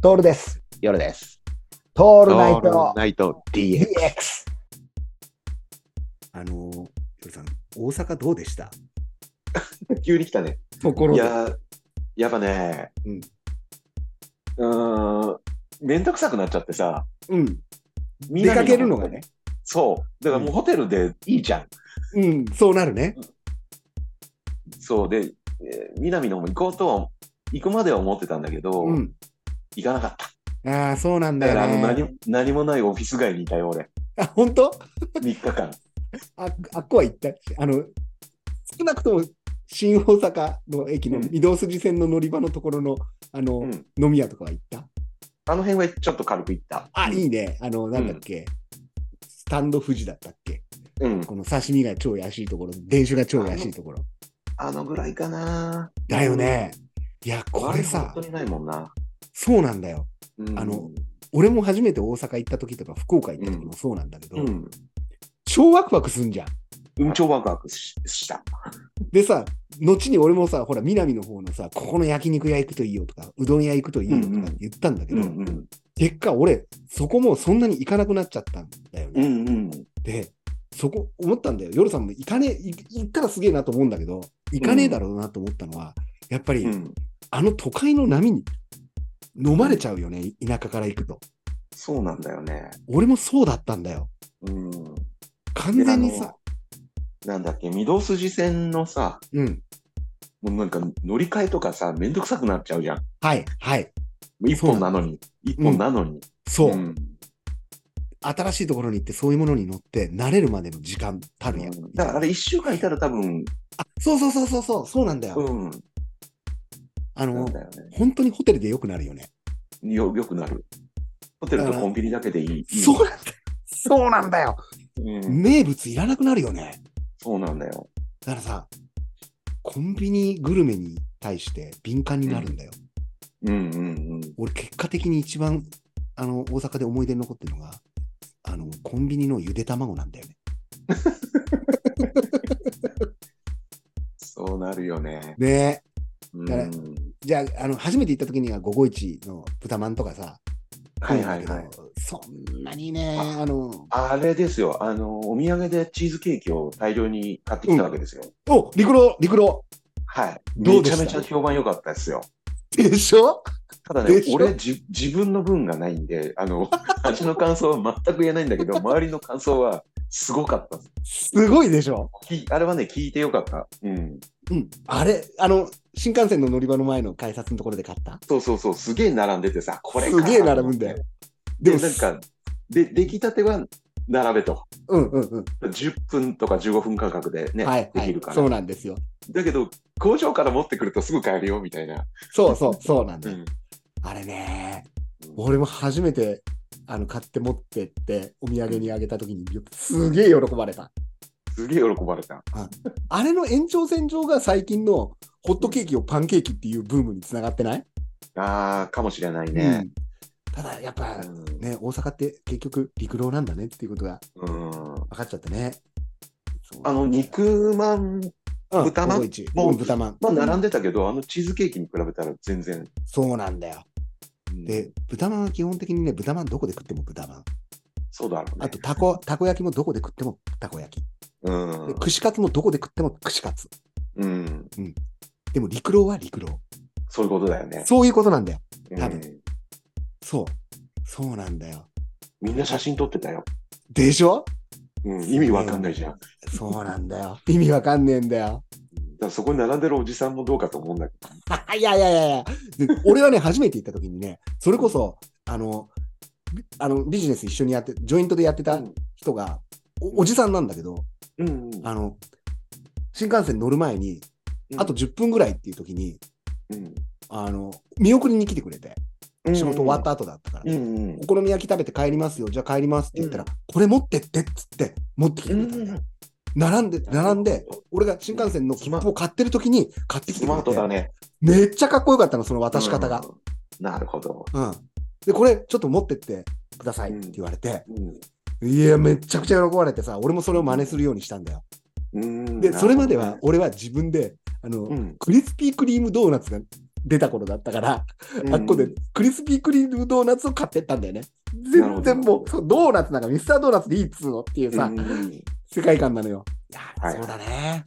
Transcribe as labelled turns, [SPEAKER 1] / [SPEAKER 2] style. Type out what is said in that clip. [SPEAKER 1] トールです。
[SPEAKER 2] 夜です。
[SPEAKER 1] ト
[SPEAKER 2] オ
[SPEAKER 1] ールナイト
[SPEAKER 2] ナイト DX。
[SPEAKER 1] DX。
[SPEAKER 3] あのー、夜さん、大阪どうでした
[SPEAKER 2] 急に来たね。
[SPEAKER 3] ところ
[SPEAKER 2] い
[SPEAKER 3] で。
[SPEAKER 2] やー、やっぱね、
[SPEAKER 3] うん
[SPEAKER 2] うん。うーん、めんどくさくなっちゃってさ、
[SPEAKER 3] うん。
[SPEAKER 2] みん
[SPEAKER 3] 出
[SPEAKER 2] な
[SPEAKER 3] か
[SPEAKER 2] に
[SPEAKER 3] けるのがね。。
[SPEAKER 2] そう。だからもうホテルでいいじゃん。
[SPEAKER 3] うん、そうなるね。
[SPEAKER 2] そうで、えー南のも行こうとは、行くまでは思ってたんだけど、
[SPEAKER 3] うん。
[SPEAKER 2] 行かなかった。
[SPEAKER 3] ああ、そうなんだ
[SPEAKER 2] だ
[SPEAKER 3] よ
[SPEAKER 2] から
[SPEAKER 3] ね。
[SPEAKER 2] あの何も何もないオフィス街にいたよ、俺。
[SPEAKER 3] あ、本当
[SPEAKER 2] 3日間。
[SPEAKER 3] ああっこは行った。あの、少なくとも新大阪の駅の
[SPEAKER 2] うん
[SPEAKER 3] 移動筋線の乗り場のところの、あの、
[SPEAKER 2] うん
[SPEAKER 3] 飲み屋とかは行った
[SPEAKER 2] あの辺はちょっと軽く行った。
[SPEAKER 3] あ、いいね。あの、なんだっけ。スタンド富士だったっけ
[SPEAKER 2] うん。
[SPEAKER 3] この刺身が超安いところ、電酒が超安いところ。
[SPEAKER 2] あのぐらいかな。
[SPEAKER 3] だよね。いや、こ
[SPEAKER 2] あ
[SPEAKER 3] れ
[SPEAKER 2] れ本
[SPEAKER 3] さ
[SPEAKER 2] 当、にないもんな。
[SPEAKER 3] そうなんだよ。
[SPEAKER 2] うん
[SPEAKER 3] あの、俺も初めて大阪行った時とか福岡行った時もそうなんだけど、
[SPEAKER 2] うん。
[SPEAKER 3] 超ワクワクすんじゃん。
[SPEAKER 2] うんちょワクワクしした。
[SPEAKER 3] でさ、後に俺もさ、ほら、南の方のさ、ここの焼肉屋行くといいよとか、うどん屋行くといいよとかって言ったんだけ
[SPEAKER 2] うん
[SPEAKER 3] ど、
[SPEAKER 2] うん。
[SPEAKER 3] 結果俺、そこもうそんなに行かなくなっちゃったんだよ
[SPEAKER 2] う
[SPEAKER 3] ね。
[SPEAKER 2] んうん。
[SPEAKER 3] で、そこ思ったんだよ。夜さんも行かねえ、い行ったらすげえなと思うんだけど、行かねえだろうなと思ったのは、やっぱり、
[SPEAKER 2] うん。
[SPEAKER 3] あの都会の波に飲まれちゃうよね、田舎から行くと。
[SPEAKER 2] そうなんだよね。
[SPEAKER 3] 俺もそうだったんだよ。
[SPEAKER 2] うん。
[SPEAKER 3] 完全に
[SPEAKER 2] であ
[SPEAKER 3] さ
[SPEAKER 2] の、なんだっけ、御堂筋線のさ、
[SPEAKER 3] うん。
[SPEAKER 2] もうなんか乗り換えとかさ、めんどくさくなっちゃうじゃん。
[SPEAKER 3] はい、はい。
[SPEAKER 2] 一本なのに。一本なのに。
[SPEAKER 3] そう、
[SPEAKER 2] うん
[SPEAKER 3] 新しいところに行ってそういうものに乗って慣れるまでの時間たるやん、
[SPEAKER 2] だからあれ一週間いたら多分、
[SPEAKER 3] あそうそうそうそうそうそうなんだよ、
[SPEAKER 2] うん。
[SPEAKER 3] あ
[SPEAKER 2] なん
[SPEAKER 3] の
[SPEAKER 2] だよね。
[SPEAKER 3] 本当にホテルでよくなるよね、
[SPEAKER 2] よ、よくなる。ホテルとコンビニだけでいい。
[SPEAKER 3] そうなんだよそうなんだよ、
[SPEAKER 2] うん。
[SPEAKER 3] 名物いらなくなるよね
[SPEAKER 2] そうなんだよ。
[SPEAKER 3] だからさコンビニグルメに対して敏感になるんだよ、
[SPEAKER 2] うんうんうん。
[SPEAKER 3] 俺結果的に一番あの大阪で思い出に残ってるのがあのコンビニのゆで卵なんだよね
[SPEAKER 2] そうなるよね。
[SPEAKER 3] ね
[SPEAKER 2] う
[SPEAKER 3] だから
[SPEAKER 2] ん。
[SPEAKER 3] じゃああの初めて行った時には午後一の豚まんとかさ、
[SPEAKER 2] はいはいはい。
[SPEAKER 3] そんなにね、
[SPEAKER 2] あ
[SPEAKER 3] あの、
[SPEAKER 2] あれですよ。あの、お土産でチーズケーキを大量に買ってきたわけですよ。
[SPEAKER 3] お陸路、陸路。
[SPEAKER 2] はい。
[SPEAKER 3] どう
[SPEAKER 2] め
[SPEAKER 3] でし
[SPEAKER 2] ちゃ
[SPEAKER 3] た
[SPEAKER 2] めちゃ評判良かったですよ。
[SPEAKER 3] でしょ
[SPEAKER 2] ただね
[SPEAKER 3] でし、ょ
[SPEAKER 2] 俺じ、自分の分がないんで、あの、 味の感想は全く言えないんだけど、周りの感想はすごかったです
[SPEAKER 3] すごいでしょ
[SPEAKER 2] きあれはね、聞いてよかった。うん。
[SPEAKER 3] うん。あれ、あの、新幹線の乗り場の前の改札のところで買った
[SPEAKER 2] そうそうそう、すげえ並んでてさ、これか
[SPEAKER 3] すげえ並ぶんだよ。。
[SPEAKER 2] で
[SPEAKER 3] でも、
[SPEAKER 2] なんか、で、出来たては並べと。
[SPEAKER 3] うんうんうん。
[SPEAKER 2] 10分とか15分間隔でね、
[SPEAKER 3] はい、
[SPEAKER 2] で
[SPEAKER 3] は
[SPEAKER 2] き
[SPEAKER 3] い
[SPEAKER 2] るか。
[SPEAKER 3] そう
[SPEAKER 2] ら。
[SPEAKER 3] なんですよ。
[SPEAKER 2] だけど、工場から持ってくるとすぐ買えるよ、みたいな。
[SPEAKER 3] そう そう、そうなん
[SPEAKER 2] う
[SPEAKER 3] だよ。
[SPEAKER 2] ん。
[SPEAKER 3] あれね、俺も初めて、あの、買って持ってって、お土産にあげた時に、すげえ喜ばれた。
[SPEAKER 2] すげえ喜ばれた。
[SPEAKER 3] あれの延長線上が最近の、ホットケーキをパンケーキっていうブームにつながってない
[SPEAKER 2] ああ、かもしれない
[SPEAKER 3] うん
[SPEAKER 2] ね。
[SPEAKER 3] ただやっぱ、
[SPEAKER 2] うん
[SPEAKER 3] ね、大阪って結局陸路なんだねっていうことが
[SPEAKER 2] うん。
[SPEAKER 3] 分かっちゃってね。
[SPEAKER 2] あの、肉まん
[SPEAKER 3] うん、
[SPEAKER 2] 豚まん
[SPEAKER 3] ココイチ
[SPEAKER 2] もう
[SPEAKER 3] うん豚まん。
[SPEAKER 2] まあ、並んでたけど、あのチーズケーキに比べたら全然。
[SPEAKER 3] そうなんだよ。で、豚まんは基本的にね、豚まんどこで食っても豚まん。
[SPEAKER 2] そうだろうね。
[SPEAKER 3] あと、たこ、たこ焼きもどこで食ってもたこ焼き。
[SPEAKER 2] うん
[SPEAKER 3] で、串カツもどこで食っても串カツ。
[SPEAKER 2] うん、
[SPEAKER 3] でも陸路は陸路。
[SPEAKER 2] そういうことだよね。
[SPEAKER 3] そういうことなんだよ。
[SPEAKER 2] うん
[SPEAKER 3] 多分そう。そうなんだよ。
[SPEAKER 2] みんな写真撮ってたよ。
[SPEAKER 3] でしょ
[SPEAKER 2] うん、意味わかんないじゃん。だか
[SPEAKER 3] そうなんだよ。意味わかんねえんだよ。
[SPEAKER 2] らそこに並んでるおじさんもどうかと思うんだけど。
[SPEAKER 3] いやいやいやいやで、俺はね、初めて行った時にね、それこそ、あの、びあのビジネス一緒にやって、ジョイントでやってた人が、おおじさんなんだけど、
[SPEAKER 2] うんうん
[SPEAKER 3] あの、新幹線乗る前に、あと、10分ぐらいっていう時に、
[SPEAKER 2] うん
[SPEAKER 3] あの、見送りに来てくれて、
[SPEAKER 2] うん
[SPEAKER 3] 仕事終わった後だったから、
[SPEAKER 2] うんうん
[SPEAKER 3] お好み焼き食べて帰りますよ、じゃあ帰りますって言ったら、
[SPEAKER 2] う
[SPEAKER 3] これ持ってってっつって、持ってきてく
[SPEAKER 2] う
[SPEAKER 3] れたんだよ
[SPEAKER 2] ん。
[SPEAKER 3] 並んで、並んで、、俺が新幹線の切符を買ってる時に買ってき
[SPEAKER 2] ス
[SPEAKER 3] てく
[SPEAKER 2] マ
[SPEAKER 3] れ
[SPEAKER 2] ートだ
[SPEAKER 3] て、
[SPEAKER 2] ね。
[SPEAKER 3] めっちゃかっこよかったの、その渡し方が。
[SPEAKER 2] うん。なるほど。
[SPEAKER 3] うん。で、これちょっと持ってってくださいって言われて、
[SPEAKER 2] うん
[SPEAKER 3] いや、めっちゃくちゃ喜ばれてさ、俺もそれを真似するようにしたんだよ。
[SPEAKER 2] うん
[SPEAKER 3] で、それまで
[SPEAKER 2] なる
[SPEAKER 3] は
[SPEAKER 2] ほ
[SPEAKER 3] 俺は自分で、あの、
[SPEAKER 2] どね、うん
[SPEAKER 3] クリスピークリームドーナツが出た頃だったから、
[SPEAKER 2] うん
[SPEAKER 3] あっこでクリスピークリームドーナツを買ってったんだよね。
[SPEAKER 2] なる
[SPEAKER 3] 全
[SPEAKER 2] ほ
[SPEAKER 3] 然
[SPEAKER 2] ど
[SPEAKER 3] もう、そう
[SPEAKER 2] 嗯
[SPEAKER 3] ドーナツなんかミスタードーナツでいいっつうのっていうさ、
[SPEAKER 2] うん
[SPEAKER 3] 世界観なのよ。いや、
[SPEAKER 2] はい
[SPEAKER 3] そうだね。